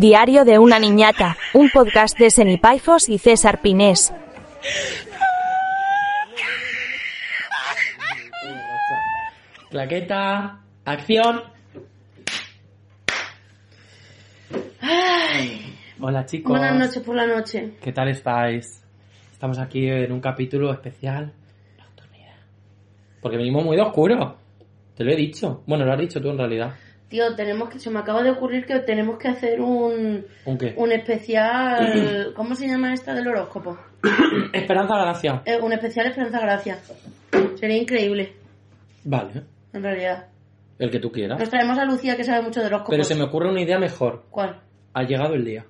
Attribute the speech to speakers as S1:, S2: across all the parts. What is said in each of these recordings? S1: Diario de una niñata, un podcast de Senipaifos y César Pinés.
S2: Claqueta, acción. Ay, Hola chicos.
S3: Buenas noches por la noche.
S2: ¿Qué tal estáis? Estamos aquí en un capítulo especial. Nocturnidad. Porque venimos muy de oscuro. Te lo he dicho. Bueno, lo has dicho tú en realidad.
S3: Tío, tenemos que, se me acaba de ocurrir que tenemos que hacer un,
S2: ¿Un qué?
S3: un especial, ¿cómo se llama esta del horóscopo?
S2: Esperanza Gracia.
S3: Eh, un especial Esperanza Gracia. Sería increíble,
S2: Vale.
S3: en realidad.
S2: El que tú quieras.
S3: Nos traemos a Lucía que sabe mucho de horóscopos.
S2: Pero se me ocurre una idea mejor.
S3: ¿Cuál?
S2: Ha llegado el día.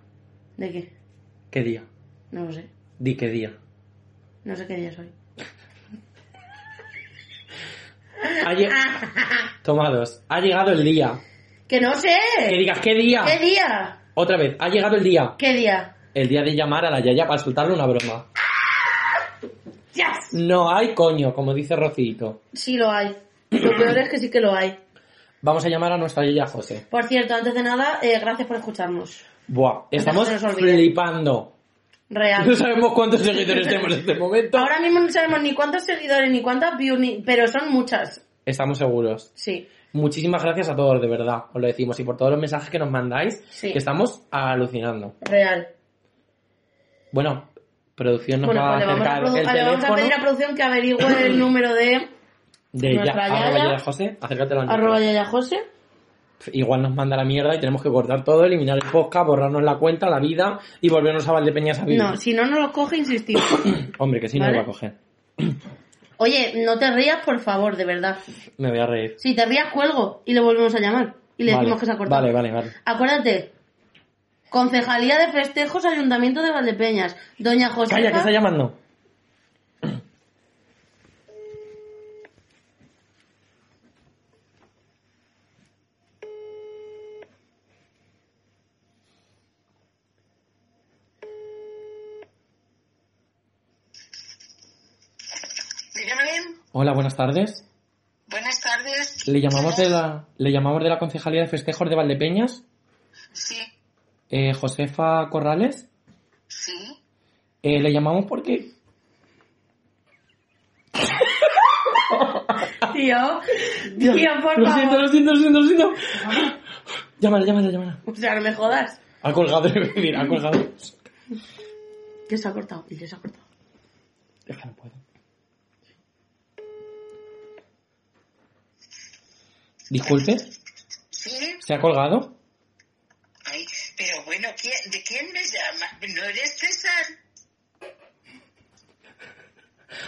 S3: ¿De qué?
S2: ¿Qué día?
S3: No lo sé.
S2: Di qué día.
S3: No sé qué día soy.
S2: Ha lle- Toma dos. Ha llegado el día.
S3: ¡Que no sé!
S2: Que digas qué día.
S3: ¿Qué día?
S2: Otra vez. Ha llegado el día.
S3: ¿Qué día?
S2: El día de llamar a la Yaya para soltarle una broma.
S3: ¡Yes!
S2: No hay coño, como dice Rocito.
S3: Sí lo hay. Lo peor es que sí que lo hay.
S2: Vamos a llamar a nuestra Yaya José.
S3: Por cierto, antes de nada, eh, gracias por escucharnos.
S2: Buah, estamos
S3: se nos olvide.
S2: flipando.
S3: Real.
S2: No sabemos cuántos seguidores tenemos en este momento.
S3: Ahora mismo no sabemos ni cuántos seguidores ni cuántas views, ni- pero son muchas.
S2: Estamos seguros.
S3: Sí.
S2: Muchísimas gracias a todos, de verdad. Os lo decimos. Y por todos los mensajes que nos mandáis,
S3: Sí.
S2: que estamos alucinando.
S3: Real.
S2: Bueno, producción nos
S3: bueno,
S2: va a
S3: pues le vamos a,
S2: acercar
S3: produ-
S2: el
S3: le vamos a
S2: teléfono
S3: pedir a producción que averigüe el número de
S2: de ya,
S3: nuestra
S2: arroba
S3: Yaya.
S2: Yaya José. Acércatelo al
S3: arroba
S2: micro.
S3: Yaya José.
S2: Igual nos manda la mierda y tenemos que cortar todo, eliminar el podcast, borrarnos la cuenta, la vida y volvernos a Valdepeñas a vivir.
S3: No, si no, no lo coge, insistimos.
S2: Hombre, que sí
S3: Vale.
S2: no lo va a coger.
S3: Oye, no te rías, por favor, de verdad.
S2: Me voy a reír.
S3: Si te rías, cuelgo y le volvemos a llamar. Y le
S2: Vale,
S3: decimos que se ha cortado.
S2: Vale, vale, vale.
S3: Acuérdate. Concejalía de Festejos, Ayuntamiento de Valdepeñas. Doña Josefa...
S2: Calla, que está llamando.
S4: Dígame,
S2: Hola, buenas tardes.
S4: buenas tardes.
S2: Le llamamos de la, le llamamos de la Concejalía de Festejos de Valdepeñas,
S4: Sí,
S2: eh, Josefa Corrales.
S4: sí.
S2: Eh, le llamamos porque
S3: Tío, tío, por
S2: lo siento,
S3: favor.
S2: lo siento, lo siento, lo siento. Llámala, llámala, llámala.
S3: O sea, no me jodas.
S2: Ha colgado, iba a decir, ha colgado.
S3: Que se ha cortado, y que se ha cortado.
S2: Es que no puedo. Disculpe,
S4: Sí,
S2: ¿se ha colgado?
S4: ay, pero bueno, ¿quién- ¿de quién me llama? ¿No eres César?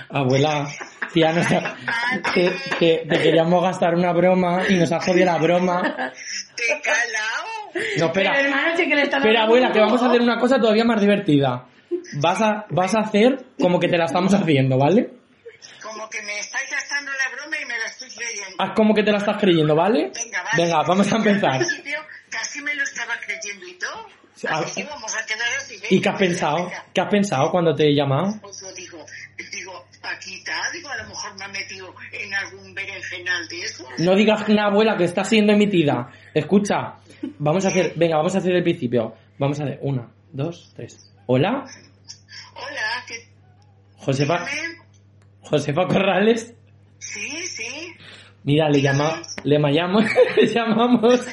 S2: Abuela, tía, nos ha- te, te- te queríamos gastar una broma y nos ha jodido la broma.
S4: ¡Te calao!
S2: No, espera.
S3: Pero, hermano, che, que le están
S2: Espera,
S3: hablando
S2: abuela, que
S3: mucho.
S2: vamos a hacer una cosa todavía más divertida. Vas a, vas a hacer como que te la estamos haciendo, ¿vale?
S4: Como que me estáis gastando la broma y me la estoy creyendo.
S2: Haz como que te la estás creyendo, ¿vale?
S4: Venga, va.
S2: Ah, Venga, vamos a empezar.
S4: Al principio Casi me lo estaba creyendo y todo.
S2: Sí, a-
S4: Así que vamos a quedar así.
S2: ¿Y qué has
S4: venga,
S2: pensado?
S4: venga.
S2: ¿Qué has pensado cuando te he llamado?
S4: Pues yo digo, digo, aquí está, digo, a lo mejor me ha metido en algún berenjenal de eso.
S2: No digas una abuela que está siendo emitida. Escucha, vamos a hacer, venga, vamos a hacer el principio. Vamos a hacer una, dos, tres. Hola,
S4: Hola, ¿qué
S2: Josefa,
S4: tal?
S2: Josefa Corrales.
S4: Sí, sí.
S2: Mira, le llama, le llamamos, le llamamos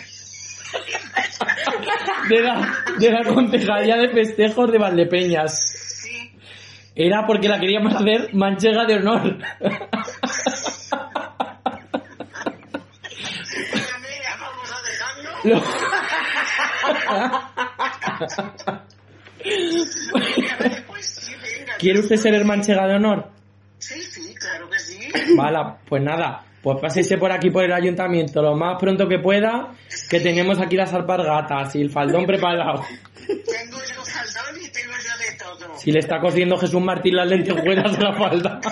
S2: de la, de la concejalía de festejos de Valdepeñas.
S4: Sí,
S2: Era porque la queríamos hacer manchega de honor.
S4: Mira, vamos a dejarlo.
S2: Lo-
S4: A ver, pues sí, venga.
S2: ¿Quiere usted ser el manchega de honor?
S4: Sí, sí, claro que sí.
S2: Vale, pues nada, pues pásese por aquí por el ayuntamiento lo más pronto que pueda, que tenemos aquí las alpargatas y el faldón preparado.
S4: Tengo yo saldón y tengo yo de todo.
S2: Si le está cociendo Jesús Martín las lentejuelas de la falda.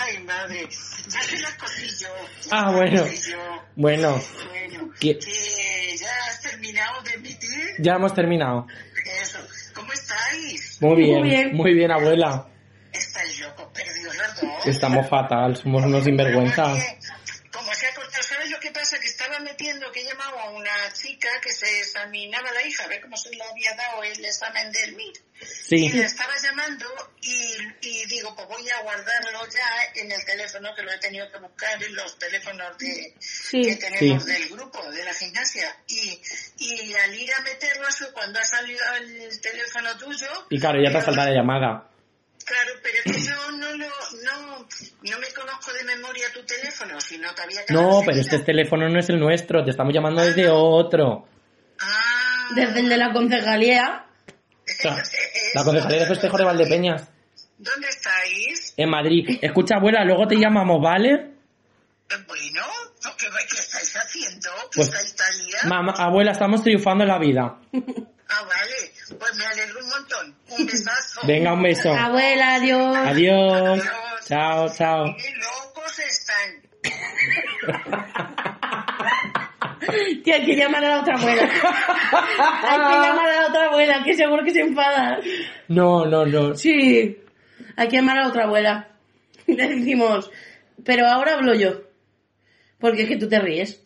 S4: Ay, madre. Ya se las cogí yo.
S2: Ah, bueno.
S4: Sí, yo.
S2: Bueno,
S4: Bueno,
S2: ¿Qué?
S4: que ya has terminado de emitir.
S2: ya hemos terminado.
S4: Eso. ¿Cómo estáis?
S2: Muy bien,
S3: Muy
S2: muy
S3: bien.
S2: bien, abuela.
S4: Estáis locos, perdidos los dos.
S2: Estamos fatal, somos unos
S4: Pero
S2: sinvergüenzas.
S4: es que, Como se ha cortado, ¿sabes lo que pasa? Que estaba metiendo, que llamaba a un una chica que se examinaba a la hija, a ver cómo se le había dado el examen del MIR. Y
S2: Sí,
S4: le estaba llamando y, y digo, pues voy a guardarlo ya en el teléfono que lo he tenido que buscar en los teléfonos de, que tenemos
S2: Sí.
S4: del grupo, de la gimnasia. Y, y al ir a meterlo, eso, cuando ha salido el teléfono tuyo,
S2: y claro, ya te
S4: pero-
S2: salta la llamada.
S4: Claro, pero es que yo no, lo, no, no me conozco de memoria tu teléfono, sino te había quedado
S2: No, pero
S4: enseguida.
S2: este teléfono no es el nuestro, te estamos llamando desde otro.
S4: Ah,
S3: Desde el de la concejalía.
S2: Claro. La concejalía de festejos de Valdepeñas,
S4: ¿Dónde estáis?
S2: en Madrid. Escucha, abuela, luego te llamamos, ¿vale?
S4: Eh, Bueno, ¿no? ¿qué, qué estáis haciendo? ¿Qué
S2: Pues-
S4: estáis talía?
S2: Mamá, abuela, estamos triunfando en la vida.
S4: Ah, vale, pues me alegro un montón. Un besazo.
S2: Venga, un beso.
S3: Abuela, adiós.
S2: Adiós.
S4: Adiós.
S2: Chao, chao.
S4: Qué locos están.
S3: Tía, hay que llamar a la otra abuela. hay que llamar a la otra abuela, que seguro que se enfada.
S2: No, no, no.
S3: Sí. Hay que llamar a la otra abuela. Le decimos, pero ahora hablo yo. Porque es que tú te ríes.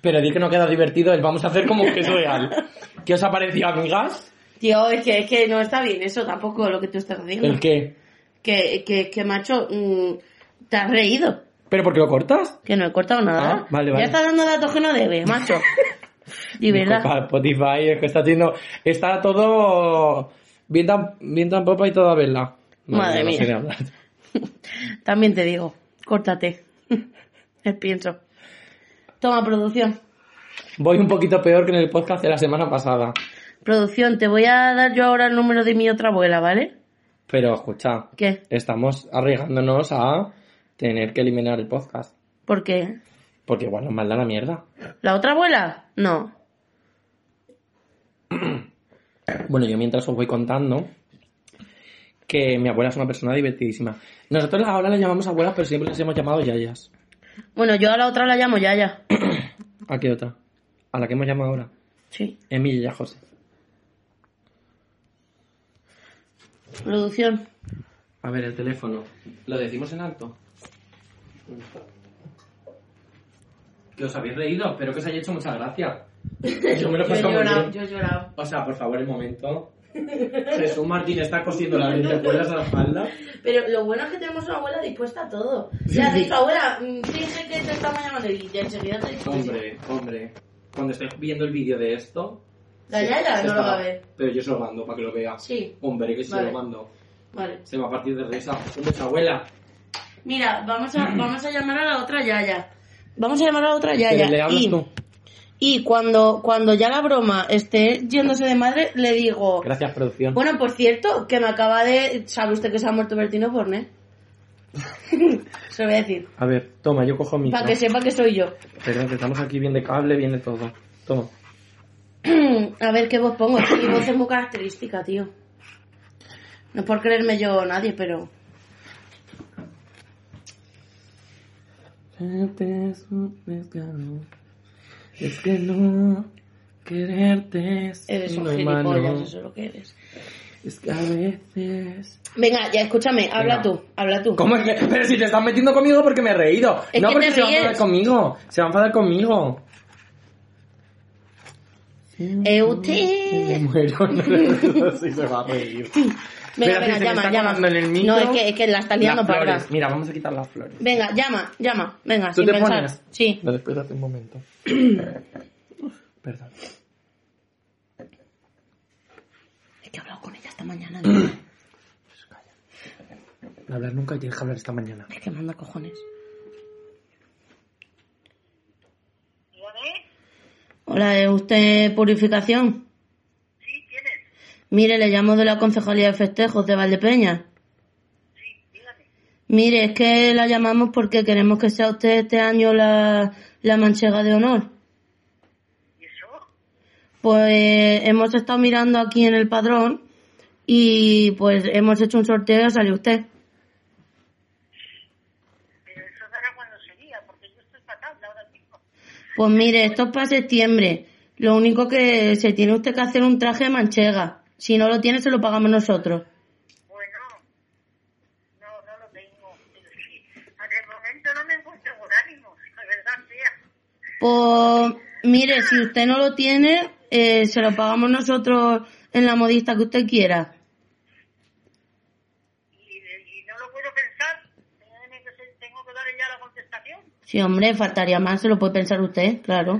S2: Pero di que no queda divertido el vamos a hacer como que es real. ¿Qué os ha parecido, amigas?
S3: Tío, es que, es que no está bien eso tampoco lo que tú estás diciendo.
S2: ¿El qué?
S3: Que, que, que, macho, mm, te has reído.
S2: ¿Pero por qué lo cortas?
S3: Que no he cortado nada.
S2: Ah, vale, vale.
S3: Ya está dando datos que no debe, macho. Y verdad.
S2: Disculpa, Spotify, es que está haciendo... Está todo... Bien tan, bien tan popa y toda verla.
S3: Madre
S2: no
S3: mía.
S2: sé de hablar.
S3: También te digo, córtate. El pienso. Toma, producción.
S2: Voy un poquito peor que en el podcast de la semana pasada.
S3: Producción, te voy a dar yo ahora el número de mi otra abuela, ¿vale?
S2: Pero escucha,
S3: ¿Qué?
S2: estamos arriesgándonos a tener que eliminar el podcast.
S3: ¿Por qué?
S2: Porque igual nos manda la mierda.
S3: ¿La otra abuela? No.
S2: Bueno, yo mientras os voy contando que mi abuela es una persona divertidísima. Nosotros ahora la llamamos abuelas, pero siempre les hemos llamado yayas.
S3: Bueno, yo a la otra la llamo Yaya.
S2: ¿A qué otra? A la que hemos llamado ahora.
S3: Sí.
S2: Emilia y a José.
S3: Producción.
S2: A ver, el teléfono. ¿Lo decimos en alto? Que os habéis reído, espero que os haya hecho mucha gracia. Yo me lo he pasado muy bien.
S3: he llorado.
S2: O sea, por favor, el momento. Jesús Martín está cosiendo las lentejuelas a la espalda.
S3: Pero lo bueno es que tenemos una abuela dispuesta a todo. Ya dicho, abuela, mm, fíjate que te estamos llamando y ya enseguida te digo.
S2: Hombre, hombre. Cuando estés viendo el vídeo de esto.
S3: La
S2: sí,
S3: Yaya no
S2: está-
S3: lo va a ver.
S2: Pero yo se lo mando para que lo vea.
S3: Sí,
S2: Hombre, que se
S3: Vale.
S2: lo mando.
S3: vale.
S2: Se va a partir de risa. Con mucha abuela.
S3: Mira, vamos a, vamos a llamar a la otra Yaya. Vamos a llamar a la otra Yaya.
S2: Mm. Pero le hablas
S3: y,
S2: tú.
S3: y cuando, cuando ya la broma esté yéndose de madre, le digo...
S2: Gracias, producción.
S3: Bueno, por cierto, que me acaba de... ¿Sabe usted que se ha muerto Bertino Borne? se lo voy a decir.
S2: A ver, toma, yo cojo mi.
S3: Para que sepa que soy yo.
S2: Perdón, que estamos aquí bien de cable, bien de todo. Toma.
S3: a ver qué voz pongo. Sí, Mi voz es muy característica, tío. No es por creerme yo nadie, pero...
S2: Quererte es un desgano. Es que no. Quererte es
S3: Eres un
S2: un
S3: gilipollas,
S2: hermano.
S3: eso es lo que eres.
S2: Es que a veces.
S3: Venga, ya escúchame, habla
S2: Venga.
S3: tú, habla tú.
S2: ¿Cómo es que? Pero si te estás metiendo conmigo porque me he reído.
S3: Es
S2: no
S3: que
S2: porque
S3: te
S2: se va a enfadar
S3: ríes.
S2: conmigo. Se va a enfadar conmigo.
S3: Eh,
S2: Me
S3: usted...
S2: muero. No, no sé si se va a reír. Pero
S3: Venga,
S2: si se me
S3: venga, llama,
S2: está
S3: llama.
S2: colando en el micro.
S3: No, es que, es que la está liando
S2: Las
S3: para
S2: flores. Mira, vamos a quitar las flores.
S3: Venga, llama, llama. Venga,
S2: ¿Tú
S3: sin
S2: te
S3: pensar.
S2: pones?
S3: Sí.
S2: No, espérate un momento. Perdón.
S3: Es que he hablado con ella esta mañana.
S2: No hablar nunca y tienes que hablar esta mañana.
S3: es que manda cojones.
S4: Dígame,
S3: Hola, ¿es usted Purificación?
S4: sí, ¿quién es?
S3: Mire, le llamo de la Concejalía de Festejos de Valdepeña.
S4: Sí, dígame.
S3: Mire, es que la llamamos porque queremos que sea usted este año la, la manchega de honor.
S4: ¿Y eso?
S3: Pues hemos estado mirando aquí en el padrón y pues hemos hecho un sorteo y salió usted.
S4: Pero eso será cuando sería, porque yo estoy fatal ahora mismo.
S3: Pues mire, esto es para septiembre. Lo único que se tiene usted que hacer un traje de manchega. Si no lo tiene, se lo pagamos nosotros.
S4: Bueno, no, no lo tengo. Pero sí, al momento no me encuentro con ánimos, la verdad, tía.
S3: Pues Mire, si usted no lo tiene, eh, se lo pagamos nosotros en la modista que usted quiera.
S4: Y, y no lo puedo pensar. Tiene que ser- Tengo que darle ya la contestación.
S3: Sí, hombre, faltaría más, se lo puede pensar usted, claro.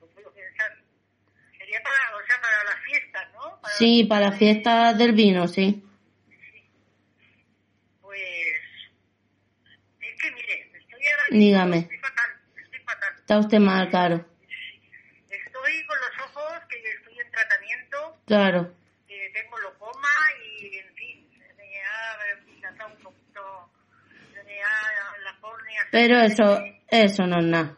S4: No puedo pensar. Sería para, o sea, para las fiestas, ¿no? Para-
S3: Sí, para las fiestas del vino, sí.
S4: Pues. Es que mire, estoy ahora.
S3: Dígame.
S4: Estoy fatal. Estoy fatal.
S3: Está usted mal, claro.
S4: Estoy con los ojos, que estoy en tratamiento.
S3: Claro.
S4: que tengo locoma y, en fin, se me ha dilatado un poquito, se me ha la córnea.
S3: Pero eso, eso no es nada.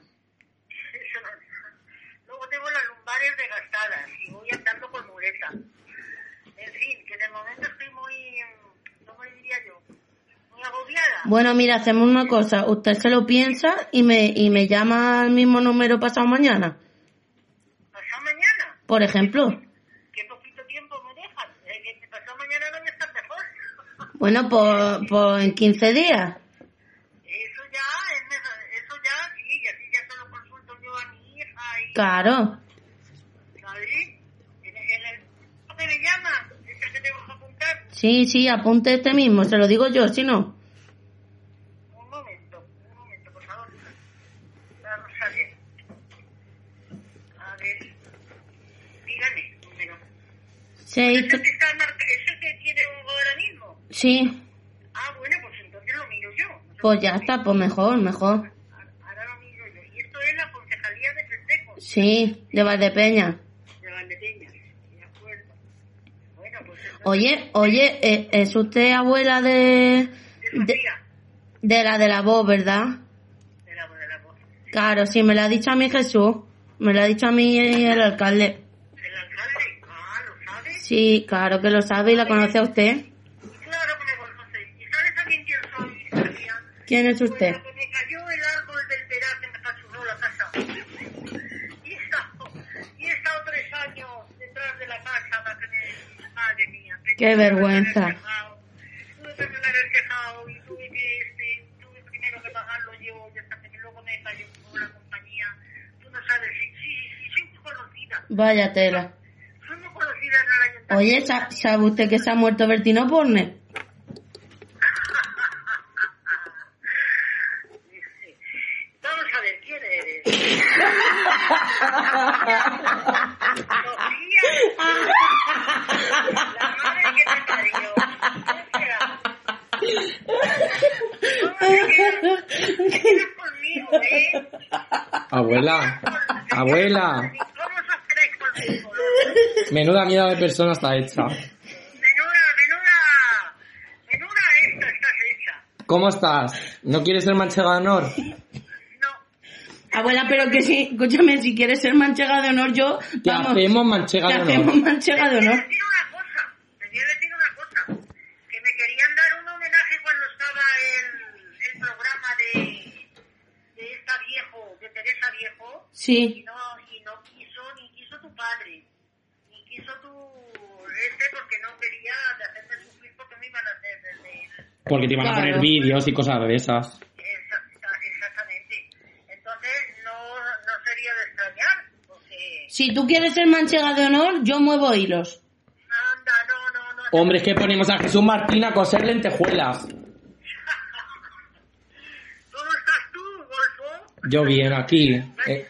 S4: Eso no- Luego tengo las lumbares desgastadas y voy andando con muleta. En fin, que de momento estoy muy, mm, ¿cómo le diría yo? Muy agobiada.
S3: Bueno, mira, hacemos una cosa. Usted se lo piensa y me, y me llama al mismo número pasado mañana.
S4: Pasado mañana,
S3: Por ejemplo.
S4: qué poquito tiempo me dejas. Eh, que pasado mañana no me estás mejor.
S3: Bueno, por, por en 15 días.
S4: Eso ya, es mejor- eso ya, sí, y así ya solo consulto yo a mi hija y...
S3: Claro.
S4: Madrid, en, en el... ¿Cómo me llama? ¿Es el que tengo que apuntar?
S3: Sí, sí, apunte este mismo. Se lo digo yo, si no.
S4: Un momento, un momento, por favor. La Rosalía. A ver, dígame el número.
S3: Seis,
S4: ¿Es el que,
S3: tre-
S4: está marca... ¿Es el que tiene un ahora mismo?
S3: sí.
S4: Ah, bueno, pues entonces lo miro yo.
S3: Pues ya está, pues mejor, mejor.
S4: Ahora lo miro yo. Y esto es la concejalía de festejos
S3: Sí, de Valdepeña.
S4: de Valdepeñas. De acuerdo. Bueno, pues entonces,
S3: Oye, oye, eh, ¿es usted abuela de,
S4: de su
S3: de,
S4: tía,
S3: de la de la voz, verdad?
S4: de la, de la voz.
S3: Claro, sí, me lo ha dicho a mí Jesús. Me lo ha dicho a mí el alcalde.
S4: El alcalde, ah, lo sabe.
S3: Sí, claro que lo sabe y la conoce a usted.
S4: Claro que me conoce. ¿Y sabes también quién soy, María?
S3: ¿Quién es
S4: Pues
S3: usted?
S4: la que me cayó el árbol del peral que me cachurró la casa. Y he estado, y he estado tres años detrás de la casa para que me... Madre mía. tenía
S3: Qué
S4: que
S3: vergüenza.
S4: arreglar el tejado. Tuve que arreglar el tejado y tuve que... Este, tuve primero que pagarlo yo y hasta que luego me cayó con la compañía. Tú no sabes, sí, sí, sí, soy muy conocida.
S3: Vaya tela.
S4: Soy muy conocida en el ayuntamiento.
S3: Oye, ¿sa- ¿sabe usted que se ha muerto Bertino Borne?
S4: Vamos a ver, ¿quién eres? Sofía. La madre que te parió. ¿Qué será? conmigo, eh?
S2: Abuela, abuela,
S4: ¿Cómo os queréis conmigo?
S2: menuda mierda de persona está hecha.
S4: Menuda, menuda, menuda esta estás hecha.
S2: ¿Cómo estás? ¿No quieres ser manchega de honor?
S4: No,
S3: Abuela, pero que sí, escúchame, si quieres ser manchega de honor, yo,
S2: ¿Qué
S3: vamos,
S2: hacemos manchega
S3: te
S2: de
S3: hacemos
S2: honor?
S3: manchega de honor.
S4: decir una cosa, te voy a decir una cosa, que me querían dar un homenaje cuando estaba el, el programa de, de esta viejo, de Teresa Viejo, y
S3: Sí,
S4: no, y no quiso, ni quiso tu padre, ni quiso tu este porque no quería hacerme sufrir porque me iban a hacer desde
S2: Porque te iban a poner
S3: Claro.
S2: vídeos y cosas de esas.
S4: Exacta- exactamente. Entonces no, no sería de extrañar, porque
S3: si tú quieres ser manchega de honor, yo muevo hilos.
S4: anda, no, no, no,
S2: Hombre, es que ponemos a Jesús Martín a coser lentejuelas.
S4: ¿cómo estás tú, Golfo?
S2: Yo bien, aquí. eh,
S4: Eh,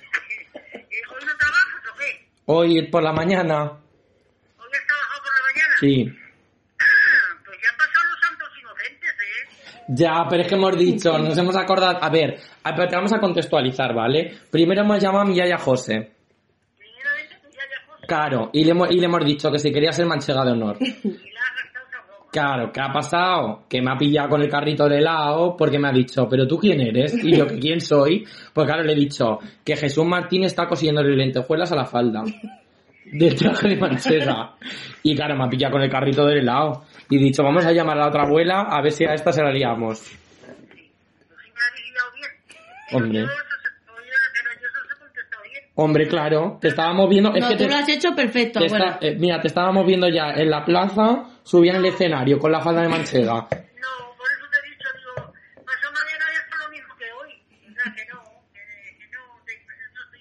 S4: ¿Hoy no trabajas o qué?
S2: hoy por la mañana.
S4: ¿Hoy has trabajado por la mañana?
S2: Sí.
S4: Ah, pues ya han pasado los santos inocentes, ¿eh?
S2: Ya, pero es que hemos dicho, nos hemos acordado. A ver, a- pero te vamos a contextualizar, ¿vale? Primero hemos llamado a mi yaya José.
S4: Primeramente tu yaya José
S2: Claro, y le hemos, y le hemos dicho que si quería ser manchega de honor.
S4: y la has gastado esa goma.
S2: Claro, ¿qué ha pasado? Que me ha pillado con el carrito de helado porque me ha dicho, pero tú quién eres y yo que quién soy. Pues claro, le he dicho que Jesús Martín está cosiéndole lentejuelas a la falda del traje de manchega. Y claro, me ha pillado con el carrito del helado. Y he dicho, vamos a llamar a la otra abuela a ver si a esta se la liamos.
S4: Pues sí me has vigilado bien.
S2: Hombre.
S4: Pero yo, pero yo no se contestado bien.
S2: Hombre, claro, te estábamos viendo. Es
S3: no,
S2: que
S3: tú
S2: te,
S3: lo has hecho perfecto,
S2: te
S3: abuela.
S2: está- eh, mira, te estábamos viendo ya en la plaza, subían el escenario con la falda de manchega.
S4: No, por eso te he dicho, digo, pasó mañana es por lo mismo que hoy. O sea, que no, que, que no, te- no estoy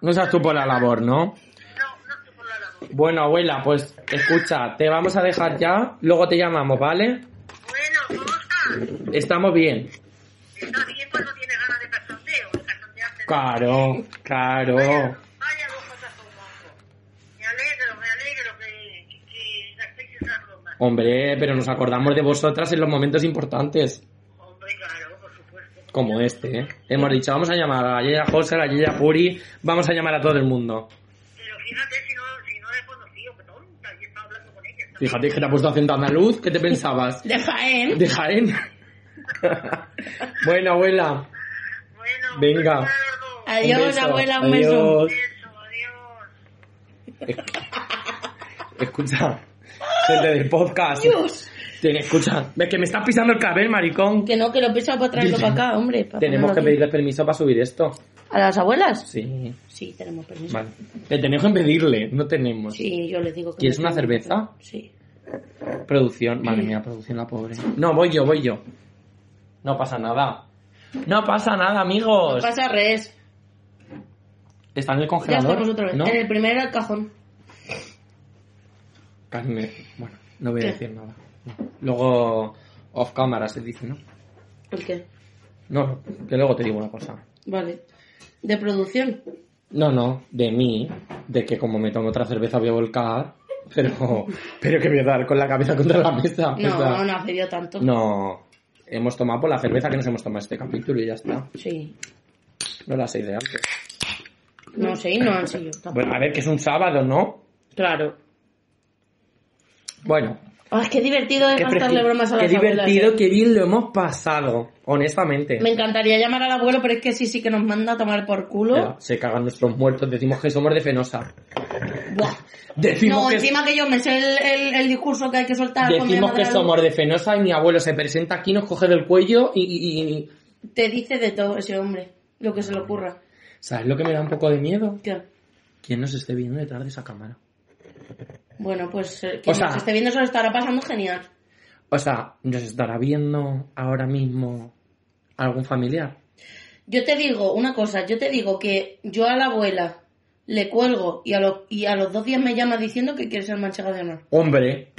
S2: No seas tú por la labor, ¿no?
S4: No, no estoy por la labor.
S2: Bueno, abuela, pues escucha, te vamos a dejar ya, luego te llamamos, ¿vale?
S4: Bueno, ¿cómo está?
S2: Estamos bien.
S4: Está bien cuando tiene ganas de cachondeo. de cachondearse.
S2: Claro, claro.
S4: Vaya, vaya vosotras por banco. Me alegro, me alegro que, que gastéis esas bromas.
S2: Hombre, pero nos acordamos de vosotras en los momentos importantes,
S4: Hombre, claro, por supuesto.
S2: como este, ¿eh? Hemos dicho, vamos a llamar a la Yaya José, a la Yaya Puri, vamos a llamar a todo el mundo.
S4: Pero fíjate si no, si no la he conocido, que tonta, y estaba hablando con ella. está-
S2: Fíjate que te ha puesto acento andaluz, ¿qué te pensabas?
S3: De Jaén.
S2: De Jaén. bueno, abuela.
S4: Bueno, un
S2: Venga.
S4: beso a los dos.
S2: un
S3: Adiós,
S2: beso.
S3: abuela, un beso.
S4: Un beso, adiós.
S2: Escucha, gente del podcast.
S3: Dios.
S2: Ten- escucha, ves que me estás pisando el cabello, maricón.
S3: Que no, que lo pensaba para traerlo para acá, hombre. para
S2: Tenemos que
S3: ponerlo aquí.
S2: pedirle permiso para subir esto.
S3: ¿A las abuelas?
S2: Sí,
S3: Sí, tenemos permiso.
S2: vale. Le tenemos que pedirle, no tenemos.
S3: Sí, yo les digo que...
S2: ¿Quieres
S3: no
S2: una
S3: tengo-
S2: cerveza?
S3: Sí.
S2: Producción, madre mía, producción la pobre. No, voy yo, voy yo. No pasa nada. No pasa nada,
S3: No
S2: amigos.
S3: pasa res.
S2: Está en el
S3: Ya
S2: congelador.
S3: estamos otra vez. Eh.
S2: ¿no?
S3: En el primero el cajón.
S2: Casi me- Bueno, no voy a
S3: ¿Qué?
S2: decir nada. No. Luego, off camera se dice, ¿no?
S3: ¿El qué?
S2: No, que luego te digo una cosa.
S3: Vale. De producción.
S2: No, no, de mí, de que como me tomo otra cerveza voy a volcar, pero, pero que voy a dar con la cabeza contra la mesa. o
S3: No,
S2: sea,
S3: no, no ha pedido tanto.
S2: Ah, no. Hemos tomado por la cerveza que nos hemos tomado este capítulo y ya está.
S3: Sí.
S2: No las seis de antes.
S3: No sé, y no han sido. tampoco.
S2: Bueno, a ver, que es un sábado, ¿no?
S3: Claro.
S2: Bueno,
S3: Ay, qué divertido Ah, es
S2: qué,
S3: gastarle
S2: preci-
S3: bromas a
S2: qué
S3: las abuelas.
S2: divertido,
S3: eh.
S2: qué bien lo hemos pasado, honestamente.
S3: Me encantaría llamar al abuelo, pero es que sí, sí que nos manda a tomar por culo.
S2: Ya, se cagan nuestros muertos, decimos que somos de Fenosa.
S3: Buah.
S2: Decimos
S3: No,
S2: que,
S3: encima que yo me sé el, el- el discurso que hay que soltar. cuando
S2: decimos
S3: llaman
S2: que
S3: al-
S2: somos de Fenosa y mi abuelo se presenta aquí, nos coge del cuello y- y- y...
S3: Te dice de todo ese hombre, lo que se le ocurra.
S2: ¿Sabes lo que me da un poco de miedo?
S3: ¿Qué?
S2: ¿Quién nos esté viendo detrás de esa cámara?
S3: Bueno, pues eh,
S2: O
S3: quien
S2: sea-
S3: nos esté viendo se lo estará pasando genial.
S2: O sea, ¿nos estará viendo ahora mismo algún familiar?
S3: Yo te digo una cosa, yo te digo que yo a la abuela le cuelgo y a los, y a los dos días me llama diciendo que quiere ser manchega de honor.
S2: Hombre.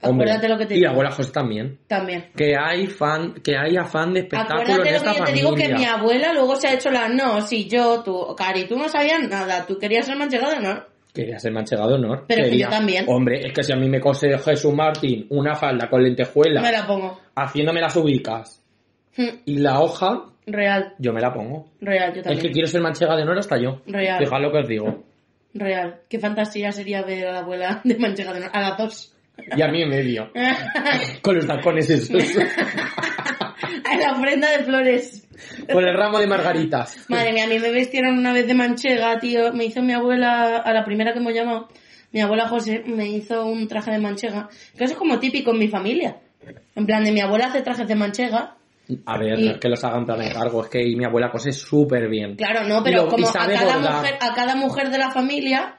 S2: hombre.
S3: Acuérdate lo que te
S2: Y
S3: digo.
S2: abuela José también.
S3: También.
S2: Que hay fan, que hay afán de espectáculo
S3: Acuérdate
S2: en
S3: lo que
S2: esta
S3: yo te
S2: familia.
S3: digo que mi abuela luego se ha hecho la no, si yo, tú, Cari, tú no sabías nada, tú querías ser manchega de honor.
S2: Quería ser manchegado de honor.
S3: Pero es que
S2: Quería-
S3: yo también.
S2: Hombre, es que si a mí me cose Jesús Martín una falda con lentejuela,
S3: Me la pongo.
S2: haciéndome las ubicas
S3: Hm,
S2: y la hoja,
S3: Real,
S2: yo me la pongo.
S3: real, yo
S2: Es que
S3: también.
S2: quiero ser manchega de honor hasta yo.
S3: Real.
S2: Fijad lo que os digo.
S3: Real. Qué fantasía sería ver a la abuela de manchega de honor. A las dos.
S2: Y a mí en medio. Con los tacones esos.
S3: a la ofrenda de flores.
S2: Con el ramo de margaritas.
S3: Madre mía, a mí me vestieron una vez de manchega, tío. Me hizo mi abuela, a la primera que hemos llamado, mi abuela José, me hizo un traje de manchega. Que eso es como típico en mi familia. En plan, de mi abuela hace trajes de manchega.
S2: A ver,
S3: Y-
S2: no es que los hagan tan de cargo, es que y mi abuela cose súper bien.
S3: Claro, no, pero
S2: Lo- y
S3: como a
S2: sabe
S3: cada,
S2: bordar.
S3: mujer, a cada mujer de la familia,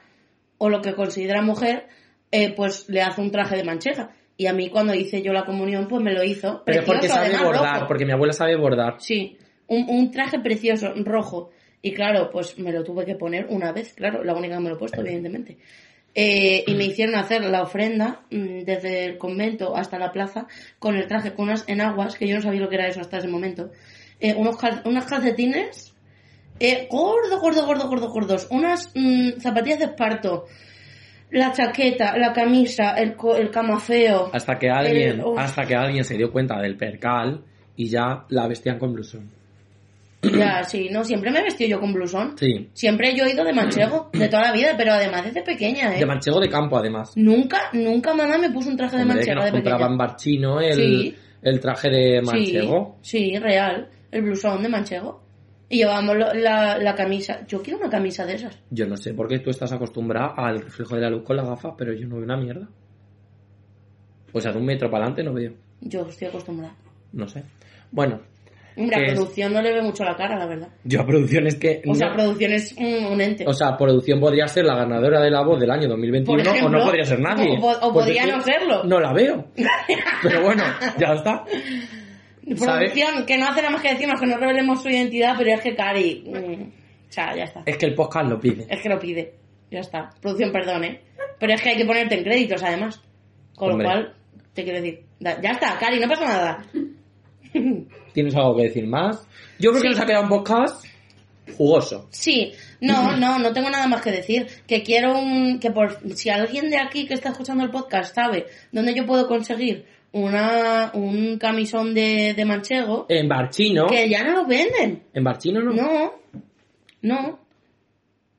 S3: o lo que considera mujer, eh, pues le hace un traje de manchega. Y a mí cuando hice yo la comunión, pues me lo hizo.
S2: Pero es porque
S3: Precioso,
S2: sabe
S3: además,
S2: bordar,
S3: rojo.
S2: porque mi abuela sabe bordar.
S3: Sí, un, un traje precioso, rojo. Y claro, pues me lo tuve que poner una vez, claro, la única que me lo he puesto, evidentemente. Eh, y me hicieron hacer la ofrenda mm, desde el convento hasta la plaza con el traje, con unas enaguas, que yo no sabía lo que era eso hasta ese momento. Eh, unos cal- unas calcetines eh, gordo, gordo, gordo, gordo, gordos. Unas mm, zapatillas de esparto. La chaqueta, la camisa, el, co- el camafeo.
S2: Hasta que alguien,
S3: Eh, uf.
S2: hasta que alguien se dio cuenta del percal y ya la vestían con blusón.
S3: Ya, sí, no, siempre me he vestido yo con blusón.
S2: Sí.
S3: Siempre yo he ido de manchego, de toda la vida, pero además desde pequeña, ¿eh?
S2: De manchego de campo, además.
S3: Nunca, nunca mamá me puso un traje de
S2: Hombre, que
S3: manchego
S2: nos
S3: de
S2: compraban
S3: pequeña.
S2: barchino el,
S3: Sí.
S2: el traje de
S3: Sí,
S2: manchego.
S3: sí, real. El blusón de manchego. Y llevábamos lo- la, la camisa. Yo quiero una camisa de esas.
S2: Yo no sé por qué tú estás acostumbrada al reflejo de la luz con las gafas, pero yo no veo una mierda. O sea, de un metro para adelante no veo.
S3: Yo estoy acostumbrada.
S2: No sé. Bueno,
S3: Hombre,
S2: ¿Qué
S3: a
S2: es?
S3: producción no le ve mucho la cara, la verdad.
S2: yo a producción es que.
S3: O sea,
S2: no-
S3: producción es un, un ente.
S2: O sea, producción podría ser la ganadora de la voz del año 2021
S3: Por ejemplo,
S2: o no podría ser nadie.
S3: o po- o
S2: Porque
S3: podría
S2: es que
S3: no serlo.
S2: No la veo. Pero bueno, ya está. ¿sabe?
S3: producción que no hace nada más que decirnos que no revelemos su identidad, pero es que Cari. mm, sea, ya está.
S2: Es que el podcast lo pide.
S3: Es que lo pide. Ya está. Producción, perdón, ¿eh? Pero es que hay que ponerte en créditos, además. Con
S2: Hombre.
S3: lo cual, te quiero decir. da- Ya está, Cari, no pasa nada.
S2: ¿Tienes algo que decir más? Yo creo que nos ha quedado un podcast jugoso.
S3: Sí, no, no, no tengo nada más que decir. Que quiero un. Que por. Si alguien de aquí que está escuchando el podcast sabe dónde yo puedo conseguir una, un camisón de, de manchego,
S2: En Barchino.
S3: que ya no lo venden.
S2: En Barchino no.
S3: No, no.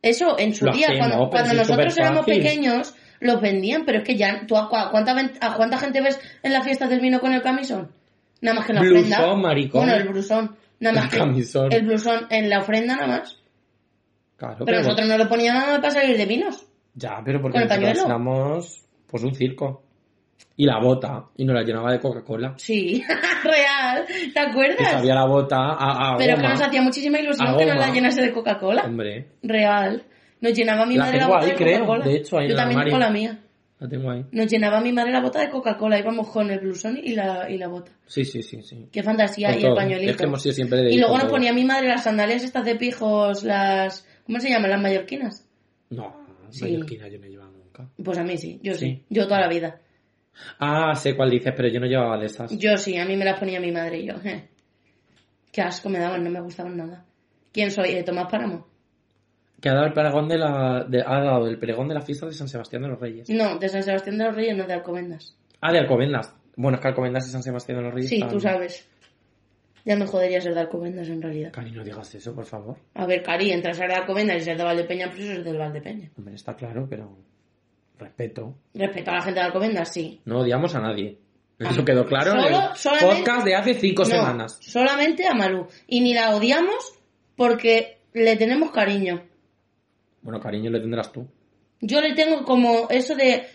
S3: Eso en su
S2: Lo
S3: día,
S2: hacemos, pero
S3: cuando, cuando
S2: si es
S3: nosotros éramos
S2: superfácil.
S3: pequeños, los vendían, pero es que ya, ¿tú a, cua- cuánta, ven- a cuánta gente ves en la fiesta del vino con el camisón? Nada más que en la
S2: Blusón,
S3: ofrenda.
S2: maricón.
S3: Bueno, el blusón. Nada
S2: El
S3: más que-
S2: camisón.
S3: El blusón en la ofrenda nada más.
S2: Claro,
S3: Pero nosotros no lo poníamos nada más para salir de vinos.
S2: Ya, pero porque
S3: ¿Con el
S2: nosotros
S3: pañuelo?
S2: éramos pues un circo. Y la bota. Y nos la llenaba de Coca-Cola.
S3: Sí, real. ¿Te
S2: Que
S3: acuerdas?
S2: sabía la bota a, a
S3: Pero es que
S2: goma.
S3: nos hacía muchísima ilusión
S2: A
S3: que nos
S2: goma.
S3: la llenase de Coca-Cola.
S2: Hombre,
S3: Real. Nos llenaba mi
S2: La
S3: madre la
S2: tengo
S3: bota
S2: ahí,
S3: de
S2: creo.
S3: Coca-Cola.
S2: De hecho, ahí en
S3: Yo
S2: el
S3: también
S2: armario.
S3: tengo la mía.
S2: la tengo ahí.
S3: Nos llenaba mi madre la bota de Coca-Cola, íbamos con el blusón y la, y la bota.
S2: Sí, sí, sí, sí.
S3: Qué fantasía,
S2: Con
S3: y
S2: todo.
S3: el pañuelito.
S2: Es que hemos sido siempre de
S3: y
S2: ir
S3: luego
S2: con
S3: nos
S2: todo.
S3: ponía mi madre las sandalias estas de pijos, las... ¿Cómo se llaman? Las mallorquinas.
S2: No,
S3: Sí.
S2: mallorquina yo no llevaba nunca.
S3: Pues a mí sí, yo sí.
S2: Sí.
S3: Yo toda la vida.
S2: Ah, sé cuál dices, pero yo no llevaba de esas.
S3: Yo sí, a mí me las ponía mi madre y yo. je. Qué asco me daban, no me gustaban nada. ¿Quién soy? Eh, Tomás Páramo.
S2: Que ha dado el pregón de la de- ha dado el pregón de la fiesta de San Sebastián de los Reyes.
S3: No, de San Sebastián de los Reyes, no de Alcobendas.
S2: Ah, de Alcobendas. Bueno, es que Alcobendas y San Sebastián de los Reyes.
S3: Sí,
S2: están-
S3: tú sabes. Ya me jodería ser de Alcobendas en realidad.
S2: Cari, no digas eso, por favor.
S3: A ver, Cari, entra a ser de Alcobendas y ser de Valdepeña, pues eso es del Valdepeña.
S2: Hombre, está claro, pero respeto.
S3: Respecto a la gente de Alcobendas, sí.
S2: No odiamos a nadie.
S3: Ah,
S2: Eso quedó claro en
S3: solo-
S2: el
S3: solamente-
S2: podcast de hace cinco
S3: No,
S2: semanas.
S3: Solamente a Malú. Y ni la odiamos porque le tenemos cariño.
S2: Bueno, cariño, le tendrás tú.
S3: Yo le tengo como eso de.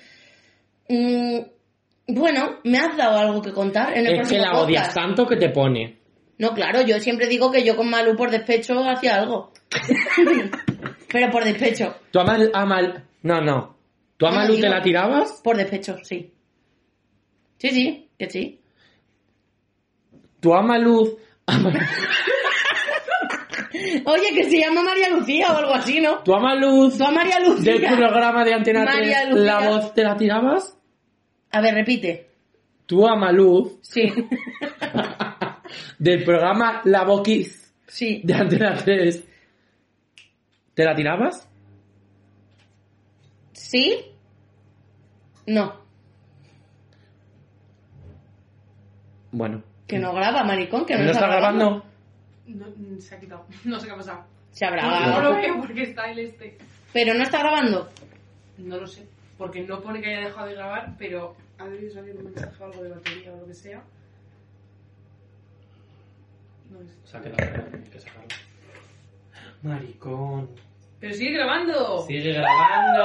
S3: mm, bueno, me has dado algo que contar en el
S2: Es que
S3: próximo
S2: la
S3: podcast.
S2: odias tanto que te pone.
S3: No, claro, yo siempre digo que yo con Malú por despecho hacía algo. Pero por despecho,
S2: Tú a Mal... a Mal- No, no. ¿Tú a
S3: No,
S2: Malu
S3: digo-
S2: te la tirabas?
S3: por despecho, sí. Sí, sí, que sí.
S2: ¿Tú a Maluz... a Mal-
S3: Oye, que se llama María Lucía o algo así, ¿no?
S2: ¿Tú a Maluz
S3: Tú a María Lucía.
S2: del programa de Antena
S3: María
S2: 3 la
S3: Lucía.
S2: voz te la tirabas?
S3: A ver, repite.
S2: ¿Tú a Maluz
S3: Sí,
S2: del programa La Boquiz
S3: sí.
S2: de Antena 3 te la tirabas?
S3: ¿Sí? No.
S2: Bueno.
S3: Que no graba, maricón, que no,
S2: ¿No está grabando?
S5: No, mm, se ha quitado. No sé qué ha pasado.
S3: Se habrá
S5: No lo
S3: grabado.
S5: veo porque está el este.
S3: Pero no está grabando.
S5: No lo sé. Porque no pone que haya dejado de grabar, pero ha debido salir un mensaje o algo de batería o lo que sea. No sé.
S2: Maricón.
S5: ¡Pero sigue grabando!
S2: Sigue grabando.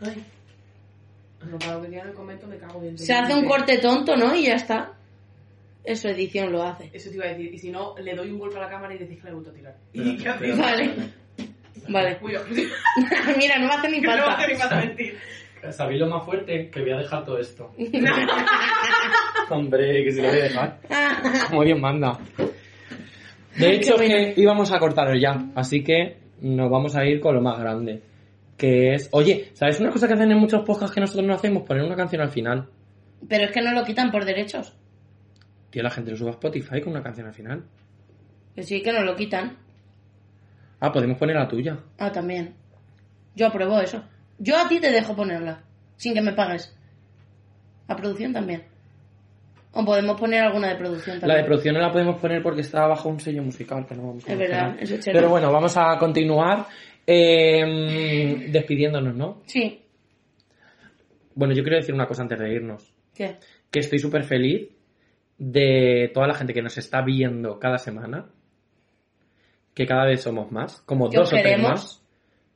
S5: Ay. No, para lo que queda en el comento me cago en
S3: Se hace un corte tonto, ¿no? Y ya está. Eso edición lo hace.
S5: Eso te iba a decir. Y si no, le doy un golpe a la cámara y decís que le gusta tirar.
S2: Pero-
S5: Y ya
S2: pero-
S3: Vale. Vale.
S5: Cuidado.
S3: Mira, no va a hacer ni
S5: Que no va a
S3: falta.
S5: hacer ni falta mentir.
S2: Sabéis lo más fuerte que voy a dejar todo esto. Hombre, que se lo voy a dejar. Como bien manda. De hecho, es que íbamos a cortarlo ya, así que nos vamos a ir con lo más grande. Que es, oye, ¿sabes una cosa que hacen en muchos podcasts que nosotros no hacemos? Poner una canción al final.
S3: Pero es que no lo quitan por derechos.
S2: Tío, la gente lo sube a Spotify con una canción al final.
S3: Que sí, que no lo quitan.
S2: Ah, podemos poner la tuya.
S3: Ah, también. Yo apruebo eso. Yo a ti te dejo ponerla. Sin que me pagues. A producción también. O podemos poner alguna de producción
S2: La
S3: también.
S2: de producción no la podemos poner porque está bajo un sello musical que no vamos a
S3: Es verdad,
S2: mencionar.
S3: eso es cierto.
S2: Pero bueno, vamos a continuar eh, despidiéndonos, ¿no?
S3: Sí.
S2: Bueno, yo quiero decir una cosa antes de irnos.
S3: ¿Qué?
S2: que estoy súper feliz de toda la gente que nos está viendo cada semana, que cada vez somos más, como
S3: Que
S2: dos
S3: os
S2: o tres
S3: queremos.
S2: más.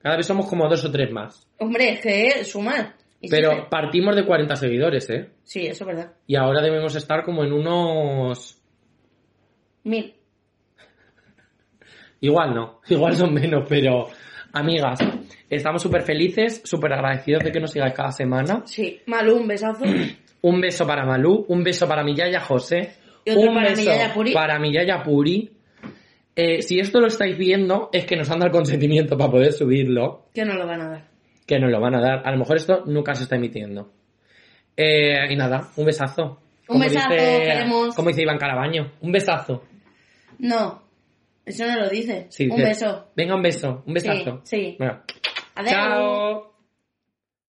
S2: Cada vez somos como dos o tres más.
S3: Hombre, es que sumar. Y sí,
S2: Pero
S3: sí.
S2: partimos de 40 seguidores, ¿eh?
S3: Sí, eso es verdad.
S2: Y ahora debemos estar como en unos...
S3: Mil.
S2: Igual no, igual son menos, pero... Amigas, estamos súper felices, súper agradecidos de que nos sigáis cada semana.
S3: Sí. Malú, un besazo.
S2: Un beso para Malú, un beso para mi Yaya José,
S3: Y otro
S2: un
S3: para mi
S2: beso
S3: yaya Puri.
S2: para mi Yaya Puri. eh, si esto lo estáis viendo, es que nos han dado el consentimiento para poder subirlo,
S3: Que no lo van a dar.
S2: que nos lo van a dar. A lo mejor esto nunca se está emitiendo. Eh, y nada, un besazo.
S3: Un besazo, queremos.
S2: Como dice Iván Carabaño, un besazo.
S3: No. Eso no lo dice.
S2: Sí,
S3: Un
S2: dice,
S3: beso.
S2: Venga, un beso, un besazo.
S3: Sí, sí.
S2: Venga.
S3: Adiós.
S2: Chao.